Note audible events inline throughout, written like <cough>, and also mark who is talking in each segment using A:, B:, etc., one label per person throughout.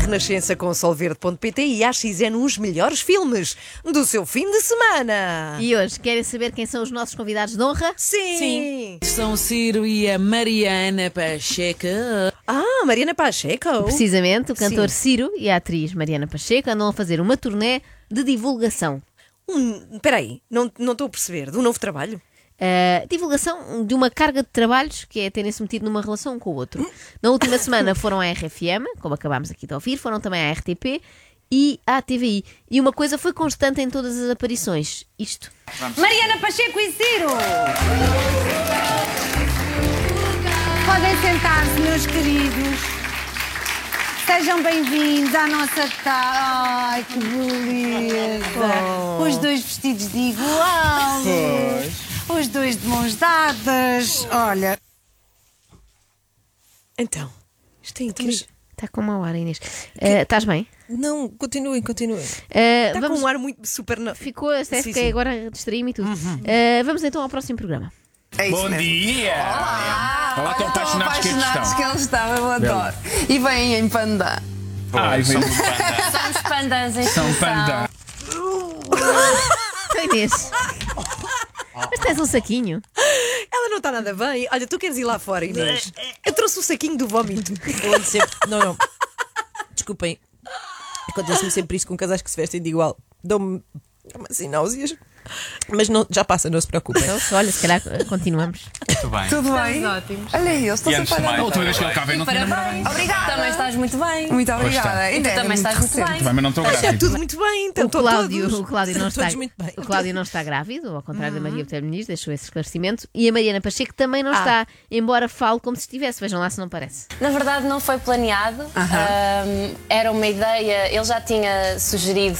A: Renascença com solverde.pt e AXN os melhores filmes do seu fim de semana.
B: E hoje, querem saber quem são os nossos convidados de honra?
A: Sim.
C: São Ciro e a Mariana Pacheco.
A: Ah, Mariana Pacheco.
B: Precisamente, o cantor
A: Sim.
B: Ciro e a atriz Mariana Pacheco andam a fazer uma turnê de divulgação.
A: Hum, peraí, não não estou a perceber. Do novo trabalho?
B: Uh, divulgação de uma carga de trabalhos que é terem se metido numa relação um com o outro. Na última semana foram à RFM, como acabámos aqui de ouvir, foram também à RTP e à TVI. E uma coisa foi constante em todas as aparições: isto.
D: Mariana Pacheco e Ciro. Podem sentar-se, meus queridos. Sejam bem-vindos à nossa ta... Ai, que beleza! Os dois vestidos de igual. Os dois de mãos dadas. Olha,
A: Então, isto é incrível.
B: Está com mau ar, Inês. Uh, estás bem?
C: Não, continuem, continuem.
B: Uh,
A: Está
B: vamos...
A: com um ar muito super... na-
B: Ficou, até
A: Sim, Uhum.
B: fiquei
A: sim.
B: agora distraí-me e tudo. Uh, vamos então ao próximo programa.
E: É
F: Bom dia! Olá, tão apaixonados que eles estão.
G: que eles estavam, eu adoro. E vêm em pandá.
F: Ai, são panda.
D: somos pandas em
F: São panda.
B: Então, Inês. Mas tens um saquinho.
A: Ela não está nada bem. Olha, tu queres ir lá fora,
C: <laughs>
A: Inês? Eu trouxe o saquinho do vómito.
C: Onde sempre... Não, não. Desculpem. Acontece-me sempre isto com casais que se vestem de igual. Dão-me assim náuseas. Mas não, já passa, não se preocupem.
B: Então, se olha, se calhar eh, continuamos.
H: Muito bem.
G: Tudo bem?
D: ótimos.
G: Olha aí, eles estão
H: E
G: sempre
H: antes de
G: a
H: mais,
G: dar-
F: A última vez que eu cá veio não tinha namorado.
G: Parabéns. Obrigada.
D: Também estás muito bem.
G: Muito
H: está. E
G: obrigada.
D: tu
G: Ainda é
D: também
G: muito
D: estás muito
G: recente.
D: bem.
F: Também não estou
E: é
A: Está
F: grávido.
A: tudo muito bem. Então,
B: O
A: estão todos.
B: Cláudio, o Cláudio não
C: Todos
B: está,
C: muito bem. Uhum.
B: o Cláudio não está grávido, ao contrário da Maria Botelho Muniz, deixou esse esclarecimento. E a Mariana Pacheco também
C: Ah.
B: não está, embora fale como se estivesse. Vejam lá se não parece.
I: Na verdade, não foi planeado. Ahm, era uma ideia, ele já tinha sugerido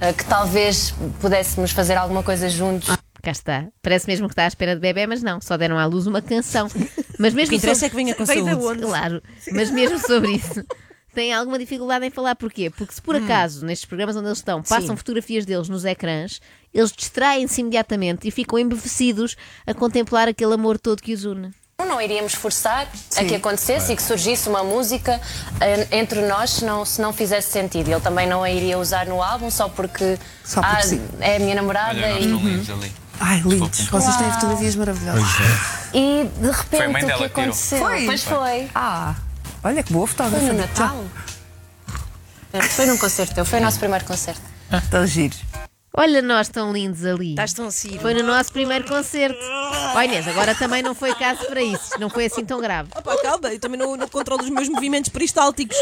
I: ah, que talvez pudéssemos fazer alguma coisa juntos.
B: Cá está. Parece mesmo que está à espera de bebê, mas não. Só deram à luz uma canção. Mas
C: <laughs> O
B: mesmo
C: que interessa é
B: sobre-
C: que
B: <laughs>
C: venha com
A: Veio da
C: saúde.
A: onde?
B: Claro, mas
C: <laughs>
B: mesmo sobre isso. Tem alguma dificuldade em falar porquê? Porque se por
C: Hum.
B: acaso, nestes programas onde eles estão, passam fotografias deles nos ecrãs, eles distraem-se imediatamente e ficam embevecidos a contemplar aquele amor todo que os une.
I: Não iríamos forçar a que acontecesse e que surgisse uma música ah, entre nós se não, se não fizesse sentido. Ele também não a iria usar no álbum só porque,
G: Só porque
I: ah,
G: sim.
I: é a minha namorada
H: Olha, nós
I: e,
H: estamos ali.
G: Ai, lindos. Vocês têm fotografias maravilhosas.
I: e de repente
H: mãe
I: o
H: dela que
I: que
H: tirou.
I: aconteceu?
G: Foi?
I: Pois foi.
G: Ah, olha que boa
I: Foi
G: fotógrafa.
I: no Natal. É, Foi num concerto teu, foi o nosso primeiro concerto.
G: Tão giro.
B: Olha nós tão lindos ali.
A: Estás tão assim.
B: Foi no nosso primeiro concerto. Ó Inês, agora também não foi caso para isso. Não foi assim tão grave.
C: Opa, calma, eu também não, não controlo os meus movimentos peristálticos.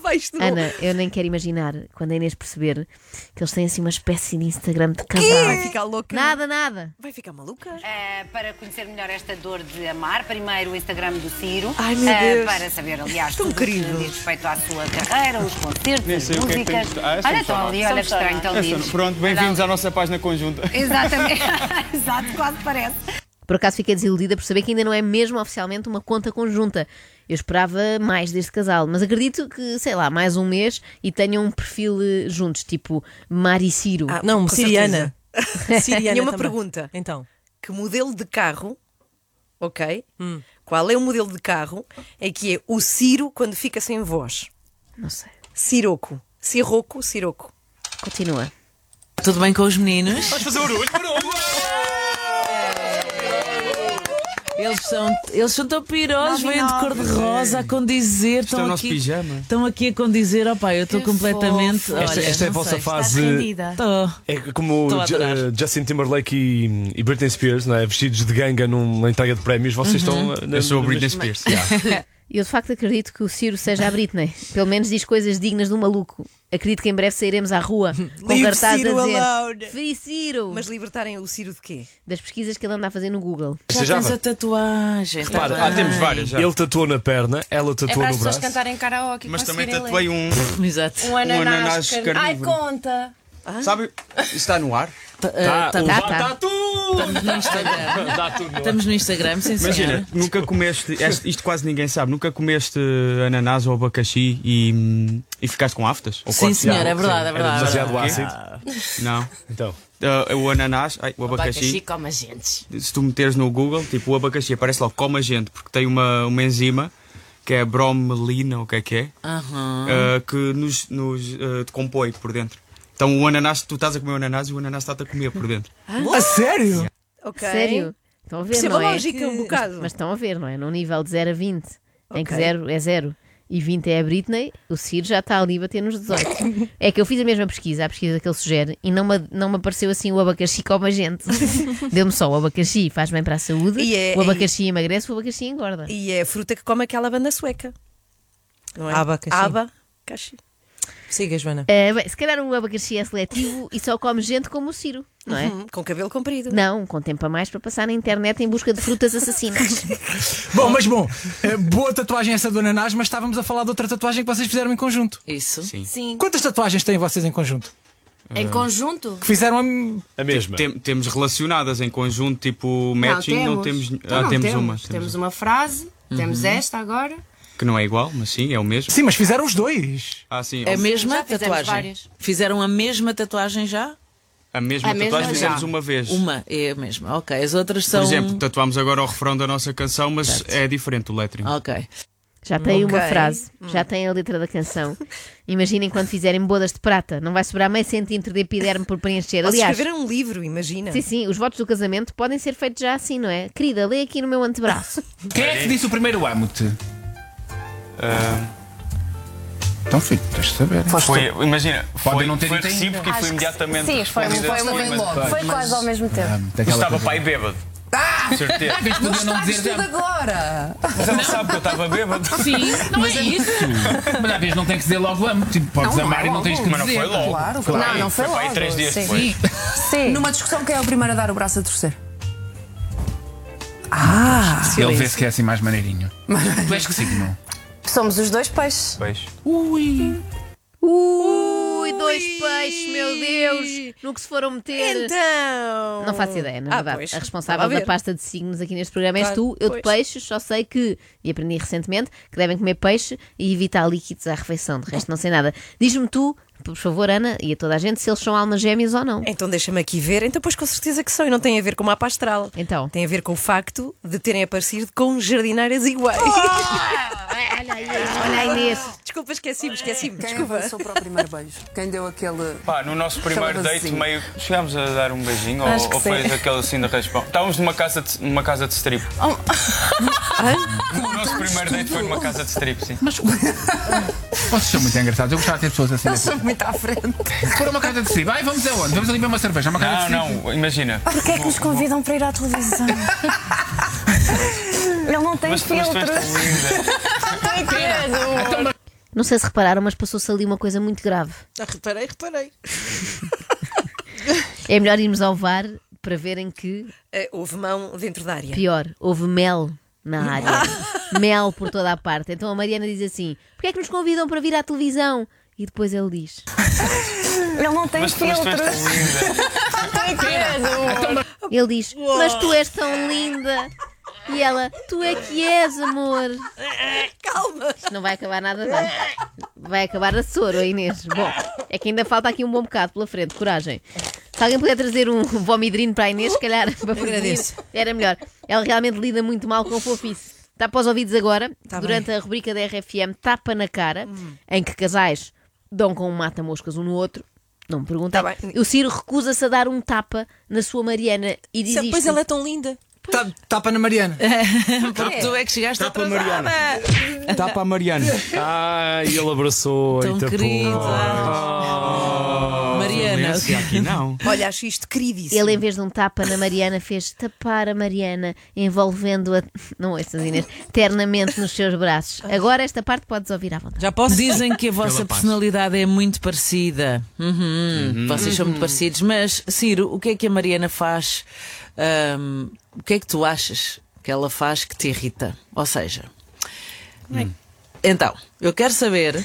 A: Vais tu.
B: Ana, eu nem quero imaginar quando a Inês perceber que eles têm assim uma espécie de Instagram de casal.
A: Fica louca.
B: Nada, nada.
A: Vai ficar maluca?
D: Eh, para conhecer melhor esta dor de amar, primeiro o Instagram do Ciro.
A: Ai, meu
D: Eh,
A: Deus.
D: Para saber, aliás,
A: Tão
D: tudo o que
A: querido.
D: diz respeito à sua carreira, os concertos,
E: Nem
D: as
E: sei o que é que tem
D: músicas.
E: isto. Ah, é
D: olha,
E: Samsonite.
D: estão ali, olha que estranho, estão
E: É,
D: lindos.
E: Pronto, bem-vindos
H: um-
E: à nossa página conjunta.
D: Exatamente, <laughs> exato, quase parece.
B: Por acaso fiquei desiludida por saber que ainda não é mesmo oficialmente uma conta conjunta. Eu esperava mais deste casal, mas acredito que, sei lá, mais um mês e tenham um perfil eh, juntos, tipo Mari Ciro.
A: Ah,
C: Não,
A: com
C: <laughs> siriana. siriana
A: Tinha uma
C: também.
A: pergunta.
C: Então.
A: que modelo de carro, ok?
C: Hum.
A: Qual é o modelo de carro? É que é o Ciro quando fica sem voz.
B: Não sei.
A: Ciroco. Ciroco, Ciroco.
B: Continua.
C: Tudo bem com os meninos?
H: Vais fazer barulho, barulho!
C: Eles são, eles são tão pirosos, vêm de cor-de-rosa a condizer.
E: Isto é o nosso pijama.
C: Estão aqui a condizer, opá, eu estou completamente.
J: Esta,
C: olha,
J: esta é a
C: não
J: vossa
C: sei.
J: fase.
C: Tô.
J: É como
C: Estou a
J: Ju-
C: adorar.
J: eh, Justin Timberlake e, e Britney Spears, não é? vestidos de ganga numa entrega de prémios. Vocês
C: Uhum.
J: estão. eh, na-
H: Eu sou o
J: na-
H: Britney Spears.
B: Eu de facto acredito que o Ciro seja a Britney. Pelo menos diz coisas dignas do maluco. Acredito que em breve sairemos à
A: <laughs>
B: rua com
C: Leave
B: cartaz
C: Ciro
B: a dizer
C: alone.
B: Free Ciro!
A: Mas libertarem o Ciro de quê?
B: Das pesquisas que ele anda a fazer no Google.
J: Esta
C: Já
J: já
C: tens
J: vai.
C: a tatuagem. tá
J: Repara,
C: bem.
E: ah, temos várias já.
J: Ele tatuou na perna, ela
I: É para
J: tatuou
I: as
J: no
I: pessoas
J: braço.
I: cantarem karaoke.
H: Mas também tatuei
I: conseguirem ler.
H: um.
C: Exato.
I: Um ananás,
E: ananás
I: can-
E: carnívoro.
I: Ai, conta!
E: Sabe? Está no ar.
C: Ah,
J: um
C: estamos,
B: Tá, tá.
C: estamos no
J: <laughs>
C: Instagram.
J: Dá tudo, não é?
C: Estamos no Instagram, sim senhora.
E: Imagina, nunca comeste, este- isto quase ninguém sabe, nunca comeste ananás ou abacaxi e, hum, e ficaste com aftas? Ou
C: Sim
E: cortes?
C: senhora, é verdade, é
J: Era
C: verdade. é
J: demasiado
C: verdade.
J: ácido.
E: Não.
J: Então,
E: Ah, o ananás, ai, o abacaxi,
I: como a gente.
E: se tu meteres no Google, tipo o abacaxi aparece logo como a gente, porque tem uma, uma enzima que é a bromelina, o que é que é, ah, que nos, nos ah, decompõe por dentro. Então o ananás, tu estás a comer o ananás e o ananás está-te a comer por dentro.
K: A sério?
A: Ok.
B: Sério? Estão a ver,
A: Percebo
B: não
A: a
B: é?
A: lógica um bocado.
B: Mas estão a ver, não é? Num nível de 0 a 20, em que
A: Ok.
B: 0 é 0 e 20 é a Britney, o Ciro já está ali a bater nos 18.
A: <laughs>
B: é que eu fiz a mesma pesquisa, a pesquisa que ele sugere, e não me, não me apareceu assim o abacaxi como a
A: <laughs>
B: gente. Deu-me só o abacaxi, faz bem para a saúde,
A: E é-
B: o abacaxi emagrece, o abacaxi engorda.
A: E é a fruta que come aquela banda sueca. Não é?
L: Abacaxi.
A: Abacaxi.
L: Siga, Joana.
B: Ah, bem, se calhar o abacaxi é seletivo e só come gente como o Ciro, não é?
A: Hum, Com cabelo comprido.
B: Não, com tempo a mais para passar na internet em busca de frutas assassinas.
J: Bom, mas bom, eh, boa tatuagem essa do Ananás, mas estávamos a falar de outra tatuagem que vocês fizeram em conjunto.
C: É
I: Isso.
E: Sim.
J: Quantas tatuagens têm vocês em conjunto?
E: É.
I: Em conjunto?
J: Que fizeram a-
M: A mesma.
E: Tem- temos relacionadas em conjunto, tipo matching, não temos,
I: Então
E: ah,
I: não
E: temos,
I: temos.
E: uma, Uhum.
I: Temos, uma frase, temos esta agora.
E: que não é igual, mas sim, é o mesmo.
J: Sim, mas fizeram os dois.
E: Ah, sim,
I: A
C: mesma
I: já fizemos
C: tatuagem.
I: várias.
C: Fizeram a mesma tatuagem já?
E: a mesma
I: a mesma
E: tatuagem
I: é já.
E: fizemos uma vez.
C: Uma é a mesma. Ok, as outras
E: Por
C: são.
E: exemplo, tatuámos agora o refrão da nossa canção, mas é diferente o lettering.
C: Ok.
B: Já tem uma
A: Ok.
B: frase, já tem a letra da canção. Imaginem quando fizerem bodas de prata, não vai sobrar meio centímetro de epiderme por preencher.
A: Vocês
B: Aliás,
A: escreveram um livro, imagina.
B: sim, sim, os votos do casamento podem ser feitos já assim, não é? Querida, lê aqui no meu antebraço.
J: Quem é que disse o primeiro amo-te? Ah.
M: Então, filho, tens de saber.
E: Foi, imagina, foi,
J: não ter
E: foi
J: dito ainda.
E: recíproco e foi imediatamente.
N: Sim,
I: um,
N: foi, um- foi,
E: respondida.
N: muito- foi quase ao mesmo
E: é,
N: tempo.
E: Estava pai bêbado. Certeza.
K: Não estragas tudo agora!
E: Mas ela sabe que eu estava bêbado.
I: Sim, não é isso.
J: Mas às vezes não tem que dizer logo amo. Tipo, podes
K: Não, não é logo,
E: Mas não foi logo.
K: Claro,
J: Claro.
K: claro.
N: Não, não foi
E: Foi para aí
N: logo.
E: três dias
N: Sim.
E: depois.
N: Sim.
K: Numa discussão, quem é o primeiro a dar o braço a torcer?
J: Ele vê-se que é assim mais maneirinho. Tu és que signo?
N: Somos os dois peixes.
E: Pois.
B: <laughs> Ui, dois peixes, meu Deus! No que se foram meter.
A: Então.
B: Não faço ideia, na
A: Ah,
B: verdade.
A: pois.
B: a
A: Estava
B: responsável
A: a
B: da
A: ver.
B: pasta de signos aqui neste programa és
A: Claro,
B: tu. Eu de
A: pois.
B: peixes só sei que, e aprendi recentemente, que devem comer peixe e evitar líquidos à refeição. De resto, não sei nada. Diz-me tu, por favor, Ana, e a toda a gente, se eles são almas gêmeas ou não.
A: Então deixa-me aqui ver. Então, pois com certeza que são. E não tem a ver com uma pastral.
B: Então.
A: Tem a ver com o facto de terem aparecido com jardineiras iguais.
B: Ah! Olha aí, olha a Inês.
A: <laughs> Desculpa, esqueci-me, esqueci-me.
K: Quem
A: Desculpa.
K: passou para o primeiro beijo? Quem deu aquele.
E: Pá, no nosso primeiro
K: Chamava-se
E: date
K: assim.
E: meio chegámos a dar um beijinho
N: Acho
E: ou,
N: que
E: ou foi
N: sim. Oh.
E: aquele assim de raspão. Estávamos numa casa de, numa casa de strip. o nosso primeiro date foi numa casa de strip, sim.
J: Vocês são muito engraçados. Eu gostava de ter pessoas assim.
K: Eles são muito à frente.
J: Por uma casa de strip. Ai, vamos aonde? Vamos ali beber uma cerveja. Uma casa de
E: Ah, Não,
J: strip.
E: não, imagina.
N: Porquê é que nos convidam para ir à televisão? Ele não tem
E: Mas tu mas tu és
N: filtros.
E: tão linda.
N: Tem que ver, amor.
B: Não sei se repararam, mas passou-se ali uma coisa muito grave.
L: Ah, Reparei, reparei.
B: <laughs> É melhor irmos ao VAR para verem que,
A: Eh, houve mão dentro da área.
B: pior, houve mel na
L: <laughs>
B: área. mel por toda a parte. Então a Mariana diz assim: porquê é que nos convidam para vir à televisão? E depois ele diz:
N: Ele não tem
E: Mas tu mas tu és
N: filtros.
E: tão linda.
N: Tem que ver, amor.
B: Ele diz, mas tu és tão linda. E ela, tu é que és, amor. Calma. Isto não vai acabar nada bem. Vai acabar a soro, a Inês. Bom, é que ainda falta aqui um bom bocado pela frente. Coragem. Se alguém puder trazer um vomidrino para a Inês, se
L: <laughs>
B: calhar, para prevenir, era melhor. Ela realmente lida muito mal com o fofice. Está para os ouvidos agora,
L: Tá
B: durante a rubrica da RFM Tapa na Cara,
L: Hum.
B: em que casais dão com um mata-moscas um no outro. Não me perguntem.
A: Tá bem.
B: O Ciro recusa-se a dar um tapa na sua Mariana e diz
L: Pois
B: isto.
L: ela é tão linda.
J: Ta- Tá, Tapa na Mariana.
C: Porque tu é que chegaste
E: Tapa a
C: atrasada.
E: Mariana. Tapa a Mariana.
M: Ah, e ele abraçou.
C: Tão
M: e tapou.
C: um querido. Mariana.
E: Esse é assim aqui não.
A: Olha, acho isto queridíssimo.
B: Ele, em vez de um tapa na Mariana, fez tapar a Mariana, envolvendo-a, não estas Inês, ternamente nos seus braços. Agora, esta parte podes ouvir à vontade.
C: Já posso? Dizem que a vossa personalidade é muito parecida. Uhum. Vocês são muito parecidos. Mas, Ciro, o que é que a Mariana faz? ahm, o que é que tu achas que ela faz que te irrita? Ou seja,
I: Hum.
C: então, eu quero saber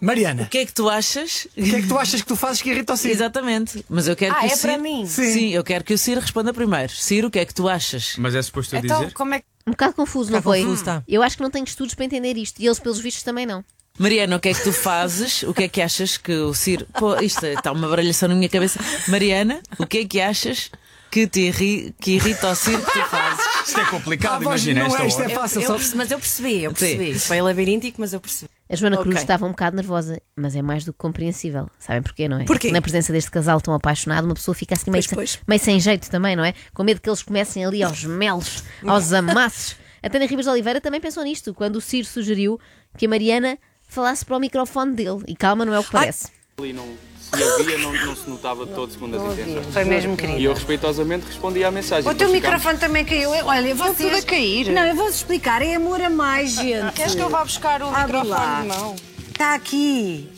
C: o
J: Mariana.
C: que é que tu achas.
J: O que é que tu achas que tu fazes que irrita o Ciro?
C: Exatamente. Mas eu quero
I: Ah,
C: que
I: é
C: o
I: para
C: Ciro.
I: mim?
J: Sim.
C: Sim, eu quero que o Ciro responda primeiro. Ciro, o que é que tu achas?
E: Mas é suposto eu
I: Então,
E: dizer?
I: como é que.
B: Um bocado confuso, não
L: Está
B: foi?
L: confuso, está.
B: Eu acho que não tenho estudos para entender isto. E eles, pelos vistos, também não.
C: Mariana, o que é que tu fazes? O que é que achas que o Ciro. Pô, isto está uma baralhação na minha cabeça. Mariana, o que é que achas que te irri... que irrita o Ciro que tu fazes?
E: Isto é complicado, imagina
N: é,
E: esta
J: é
E: hora.
I: Eu- eu perce- Mas eu percebi, eu percebi. Foi um labiríntico, mas eu percebi.
B: A Joana Cruz
I: Ok.
B: estava um bocado nervosa, mas é mais do que compreensível. Sabem porquê, não é?
I: Porquê?
B: Na presença deste casal tão apaixonado, uma pessoa fica assim meio, sem- meio sem jeito também, não é? Com medo que eles comecem ali aos melos, aos amassos. A Tânia Ribas de Oliveira também pensou nisto, quando o Ciro sugeriu que a Mariana falasse para o microfone dele. E calma, não é o que parece.
O: Ali não se havia, não, não se notava de todo segundo as intenções.
D: Foi mesmo, querido.
O: E eu respeitosamente respondi à mensagem.
D: O teu
O: Depois ficámos-
D: microfone também caiu. Eu- Olha, vocês...
O: tudo a cair.
D: Não, eu vou-vos explicar. É amor a mais, gente.
I: Ah, Queres que eu vá buscar o
D: Abre
I: microfone
D: lá.
I: de mão?
D: Está aqui.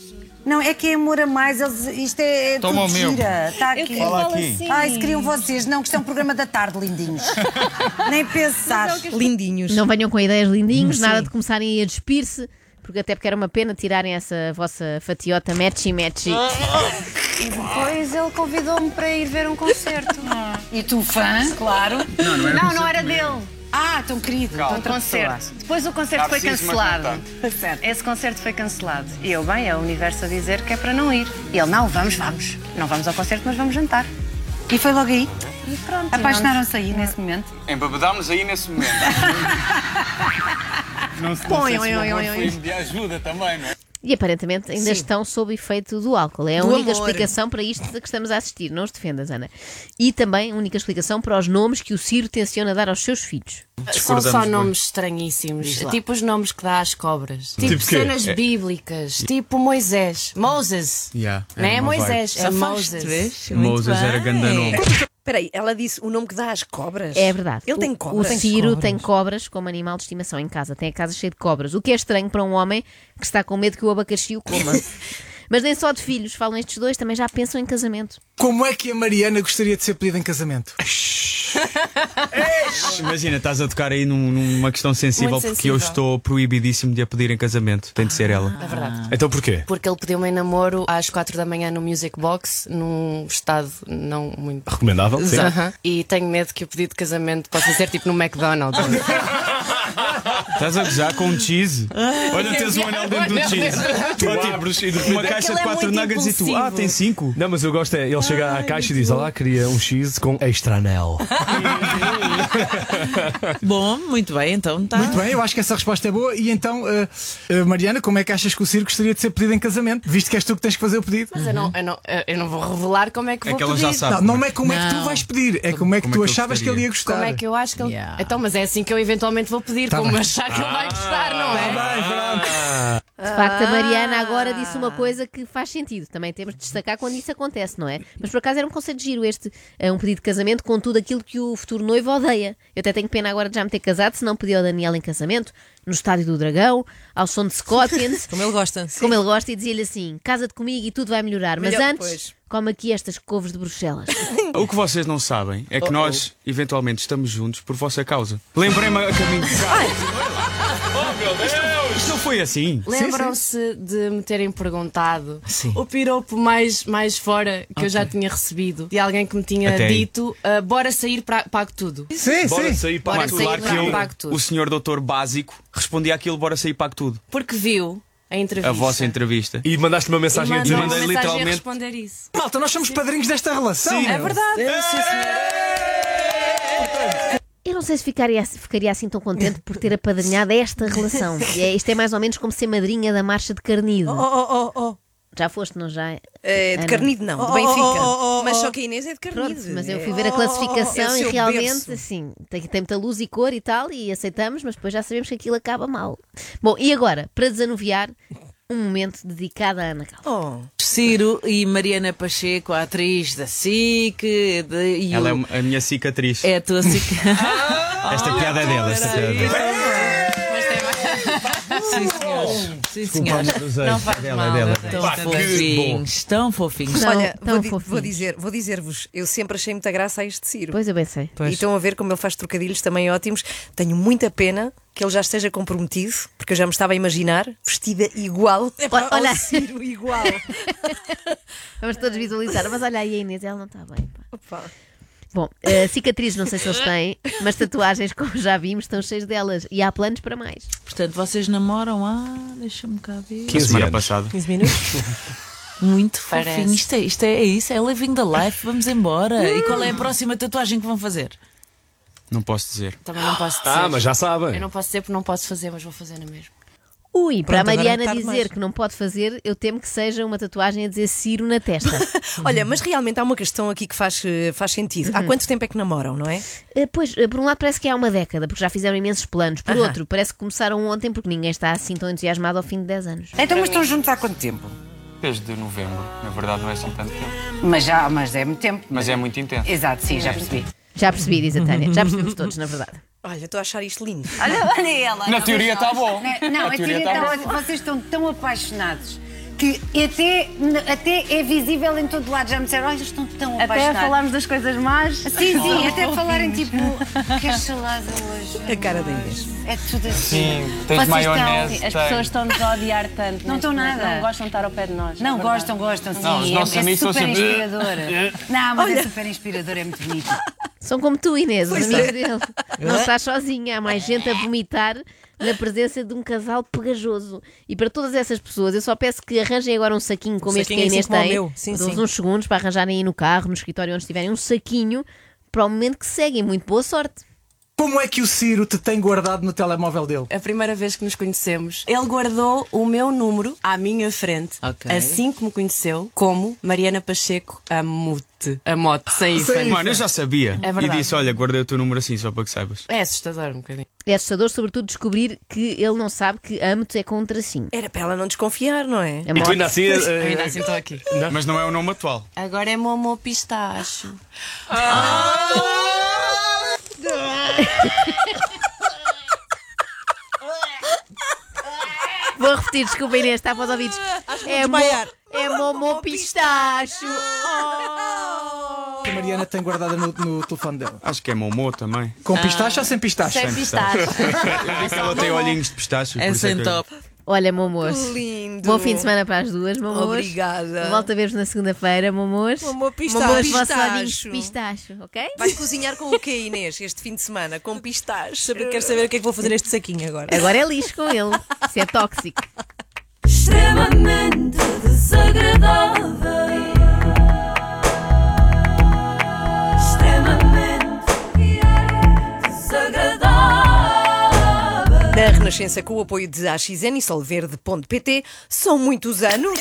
D: Não, é que é amor a mais. Eles, isto é, é
E: Toma
D: tudo
E: o meu.
D: gira. Está
E: Eu
D: aqui.
E: quero Fala aqui. assim.
D: Ai, se queriam vocês. Não, que isto é um programa da tarde,
I: <laughs>
D: lindinhos. Nem
I: é
D: pensar.
A: Lindinhos.
B: Não venham com ideias lindinhos,
D: Sim.
B: nada de começarem aí a despir-se, porque até porque era uma pena tirarem essa vossa fatiota matchy-matchy.
I: Ah.
D: E depois ele convidou-me para ir ver um concerto. E tu, fã, claro.
N: Não, não era
D: não,
N: concerto
D: era dele. Ah, tão querido.
N: Calma.
D: Outra
N: Concerto.
D: pessoa. Depois o concerto
N: Há
D: foi
N: preciso, mas
D: cancelado. <laughs> Esse concerto foi cancelado. E eu, bem, é o universo a dizer que é para não ir. E ele, não, vamos, vamos. Não vamos ao concerto, mas vamos jantar. E foi logo aí. E pronto. Apaixonaram-se aí nesse momento.
O: Embebedámos aí nesse momento. não se não
B: Põe,
O: sei se
B: põe,
O: o amor
B: põe,
O: foi
B: põe.
O: de ajuda também, não é?
B: E aparentemente ainda
O: Sim.
B: estão sob efeito do álcool. É a
O: Do
B: única
O: amor.
B: explicação para isto de que estamos a assistir. Não os defendas, Ana. E também a única explicação para os nomes que o Ciro tenciona dar aos seus filhos.
I: São só nomes um- estranhíssimos.
B: Diz lá.
I: Tipo os nomes que dá às cobras. Tipo,
B: Tipo quê?
I: cenas
B: É.
I: bíblicas. Tipo Moisés. Moses.
E: <laughs> Yeah,
I: Não é
E: era uma
I: Moisés,
E: vibe.
I: é Moses.
E: Moses era grande
I: <laughs>
E: nome.
A: Espera aí, ela disse o nome que dá às cobras.
B: É verdade.
A: Ele
B: O-
A: tem cobras.
B: O Ciro tem cobras como animal de estimação em casa. Tem a casa cheia de cobras. O que é estranho para um homem que está com medo que o abacaxi
A: <laughs>
B: o coma. Mas nem só de filhos falam estes dois, também já pensam em casamento.
J: Como é que a Mariana gostaria de ser pedida em casamento?
E: Imagina, estás a tocar aí num- numa questão sensível,
I: Muito
E: porque eu
I: sensível.
E: estou proibidíssimo de a pedir em casamento. Tem de ser ela.
I: É verdade.
E: Então porquê?
I: Porque ele pediu-me em namoro às 4 da manhã no Music Box, num estado não muito.
M: Recomendável, sim.
I: Aham. E tenho medo que o pedido de casamento possa ser tipo
D: <laughs>
I: no McDonald's.
E: Estás a gozar com um cheese?
I: Ah,
E: Olha, tens um
I: que
E: anel dentro do
I: anel
E: cheese.
I: dentro.
E: Tu abres e de repente. Uma
I: é
E: caixa de quatro nuggets e tu. Ah, tem cinco?
M: Não, mas eu gosto é. Ele chega à caixa e diz: Olá, queria um X com extra anel.
C: Bom, muito bem, então tá.
J: Muito bem, eu acho que essa resposta é boa. E então, eh, eh, Mariana, como é que achas que o Ciro gostaria de ser pedido em casamento? Visto que és tu que tens que fazer o pedido.
I: Mas eu não, eu, não, eu não vou revelar como é que
J: É
I: vou
J: que ela já
I: pedir.
J: sabe. Não, não é como é que tu Não. vais pedir, é como é que Como tu é que ele achavas que ele gostaria. ia gostar.
I: Como é que eu acho que ele. Então, mas é assim que eu eventualmente vou pedir,
J: Tá
I: como
J: bem.
I: achar que ele vai gostar, não é? Ah.
B: De facto, a Mariana agora disse
L: Ah.
B: uma coisa que faz sentido. Também temos de destacar quando isso acontece, não é? Mas por acaso era um conceito giro este. É um pedido de casamento com tudo aquilo que o futuro noivo odeia. Eu até tenho pena agora de já me ter casado, se não pedi ao Daniel em casamento, no Estádio do Dragão, ao som de Scorpions.
L: <laughs> Como ele gosta.
B: Como ele gosta e dizia-lhe assim: casa-te comigo e tudo vai melhorar. Mas
L: Melhor
B: antes,
L: depois.
B: come aqui estas couves de Bruxelas.
E: O que vocês não sabem é que nós, eventualmente, estamos juntos por vossa causa. Lembrei-me a caminho de casa. oh, meu Deus! Isto não foi assim.
I: Lembram-se de me terem perguntado
E: Sim.
I: o piropo mais, mais fora que eu já
E: Ok.
I: tinha recebido de alguém que me tinha
E: Até aí.
I: dito: ah, bora sair, pra, pago tudo.
E: bora sair para
I: Bora
E: pago
I: sair,
E: Claro
I: pra- pago
E: que eu,
I: tudo.
E: o senhor doutor básico, respondia aquilo, bora sair pago tudo.
I: Porque viu a entrevista.
E: A vossa entrevista.
M: E mandaste uma
I: E
M: mensagem
I: mandou uma
E: Mandei
I: mensagem a
E: literalmente.
I: responder isso.
J: Malta, nós somos padrinhos desta relação.
E: Sim.
J: meu.
I: É verdade.
B: Eu não sei se ficaria, ficaria assim tão contente por ter apadrinhado esta relação. E é- isto é mais ou menos como ser madrinha da marcha de Carnido.
A: Oh, oh, oh, oh.
B: Já foste, não já?
A: É, de
B: Ana? Oh,
A: Carnido não, de Benfica. mas só que a Inês é de Carnido.
B: Pronto, mas eu fui
A: É.
B: ver a
A: Oh,
B: classificação
A: oh, oh, é o
B: e
A: seu
B: realmente,
A: berço.
B: assim, tem, tem muita luz e cor e tal, e aceitamos, mas depois já sabemos que aquilo acaba mal. Bom, e agora, para desanuviar, um momento dedicado à Ana Cal.
C: Ciro e Mariana Pacheco, a atriz da SIC. De, e
E: Ela é
C: o-
E: uma- a minha cicatriz.
C: é a
E: <laughs>
C: tua SIC.
E: Esta piada é dela, esta piada é dela.
C: Sim, senhores. Sim,
E: Desculpa,
C: senhores.
E: mas é
C: Não faz
E: dela, é
C: mal.
E: dela.
C: Tão
E: Pá, que
C: fofinhos. Tão fofinhos.
A: Olha,
C: Tão- tão
A: vou, di- vou dizer, vou dizer-vos, eu sempre achei muita graça a este Ciro.
B: Pois eu bem sei.
A: E estão a ver como ele faz trocadilhos também ótimos. Tenho muita pena que ele já esteja comprometido, porque eu já me estava a imaginar vestida igual
B: Olha-
A: ao
B: olha.
A: <laughs> Ciro, igual.
B: Vamos todos visualizar, mas olha aí a Inês, ela não está bem. pá. Bom, eh, cicatrizes não sei se eles têm, mas tatuagens, como já vimos, estão cheias delas e há planos para mais.
C: Portanto, vocês namoram há. Deixa-me cá ver.
E: A semana passada.
C: 15 minutos. Muito
I: Parece.
C: fofinho. Isto é, isto é, é isso, é living the life. Vamos embora. e qual é a próxima tatuagem que vão fazer?
E: Não posso dizer.
I: Também não posso dizer.
M: Ah, mas já sabem.
I: Eu não posso dizer porque não posso fazer, mas vou fazer na mesma.
B: Ui, para a
I: Pronto, agora
B: Mariana
I: não
B: dizer
I: tarde mais.
B: que não pode fazer, eu temo que seja uma tatuagem a dizer Ciro na
I: <laughs>
B: testa.
A: Olha, mas realmente há uma questão aqui que faz, eh, faz sentido. Há
B: Uhum.
A: quanto tempo é que namoram, não é?
B: Eh, Pois, eh, por um lado parece que há uma década, porque já fizeram imensos planos. Por
A: Aham.
B: outro, parece que começaram ontem, porque ninguém está assim tão entusiasmado ao fim de 10
I: <laughs>
B: anos.
D: Então, mas estão juntos há quanto tempo?
E: Desde novembro, na verdade, não é assim tanto tempo.
D: Mas já, mas é muito tempo.
E: Mas é muito intenso.
D: Exato, sim, já percebi.
B: Já percebi, diz a Tânia. Já percebemos todos, na verdade.
A: Olha, estou a achar isto lindo.
D: Olha, olha ela.
E: Na teoria tá bom.
D: Não, não
E: Na
D: a
E: teoria
D: teoria
E: tá
D: está
E: bom.
D: bom. Vocês estão tão apaixonados que até, até é visível em todo lado. Já me disseram, olha, eles estão tão
N: Até
D: apaixonados.
N: falarmos das coisas más.
D: Sim, sim,
N: Oh,
D: até falarem tipo,
N: fofinhos.
D: queres salada hoje?
A: A cara da Inês.
D: É tudo assim.
E: Sim, tens
D: Vocês estão-
E: maionese,
N: As pessoas estão-nos a odiar tanto.
D: Não
N: neste
D: estão
N: momento,
D: nada.
N: Não gostam de estar ao pé de nós.
D: Não,
N: é verdade.
D: gostam, gostam, sim.
E: Não, os
D: é-
E: nossos
D: é,
E: amigos são assim.
D: super
E: sempre- <laughs>
D: inspirador. Não, mas
B: Olha.
D: é super inspirador, é muito bonito.
B: São como tu, Inês, os
D: Pois
B: amigos
D: é.
B: dele. Não estás sozinha, há mais gente a vomitar na presença de um casal pegajoso. E para todas essas pessoas, eu só peço que arranjem agora um saquinho como
L: Um
B: este que a
L: saquinho assim
B: Inês
L: como o
B: tem.
L: meu. Sim,
B: Dou-vos
L: sim.
B: uns segundos para arranjarem aí no carro, no escritório, onde estiverem, um saquinho para o momento que seguem. Muito boa sorte.
J: Como é que o Ciro te tem guardado no telemóvel dele?
I: A primeira vez que nos conhecemos,
L: Ele guardou o meu número à minha frente,
I: Ok.
L: assim que me conheceu, como Mariana Pacheco Amute. Amote, sem hífen.
E: Mano, eu já sabia.
L: É
E: e
L: verdade.
E: disse: olha, guardei o teu número assim, só para que saibas.
I: É assustador um bocadinho.
B: É assustador, sobretudo, descobrir que ele não sabe que amo-te é com um tracinho.
A: Era para ela não desconfiar, não é?
L: <laughs>
B: E tu ainda
M: assim, eh, eh,
I: ainda assim estou aqui.
E: Mas não é o nome atual.
I: Agora é Momo Pistacho.
B: Vou repetir, desculpa, Inês, está para os ouvidos.
L: que
B: É,
L: vou desmaiar.
B: é
L: <laughs>
B: Momo Pistacho.
J: Que a Mariana tem guardada no, no telefone dela.
E: Acho que é Momô também.
J: Com
L: Ah.
J: pistache ou sem pistache?
E: Sem pistache. Eu vi que ela tem olhinhos de pistache.
I: É
E: por isso é que-
B: Olha, Momos.
A: Que lindo.
B: Bom fim de semana para as duas, Momos.
A: Obrigada.
B: Volta a ver-vos na segunda-feira, Momos.
A: Momo pistacho.
B: Momos, vossos
A: Pistacho.
B: olhinhos de pistacho, ok?
A: Vais cozinhar com o quê, Inês, este fim de semana? Com pistache?
L: Quero saber o que é que vou fazer este saquinho agora.
B: Agora é lixo com ele. Isso é tóxico.
G: extremamente desagradável. Extremamente desagradável.
A: Na Renascença, com o apoio de AXN e Solverde.pt, são muitos anos.